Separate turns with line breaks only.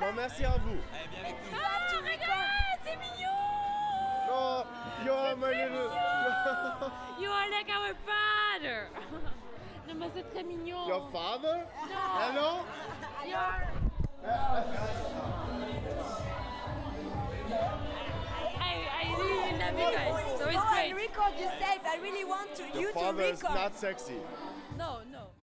Non, merci à vous.
Ah, regarde, c'est mignon
Oh, you're my little.
You are like our father Non, mais c'est très mignon
Your father? Ah, Hello?
You're- I, I live in Navigas, so it's
oh,
great.
Enrico, you said I really want to,
Your
you to
father
record.
is not sexy.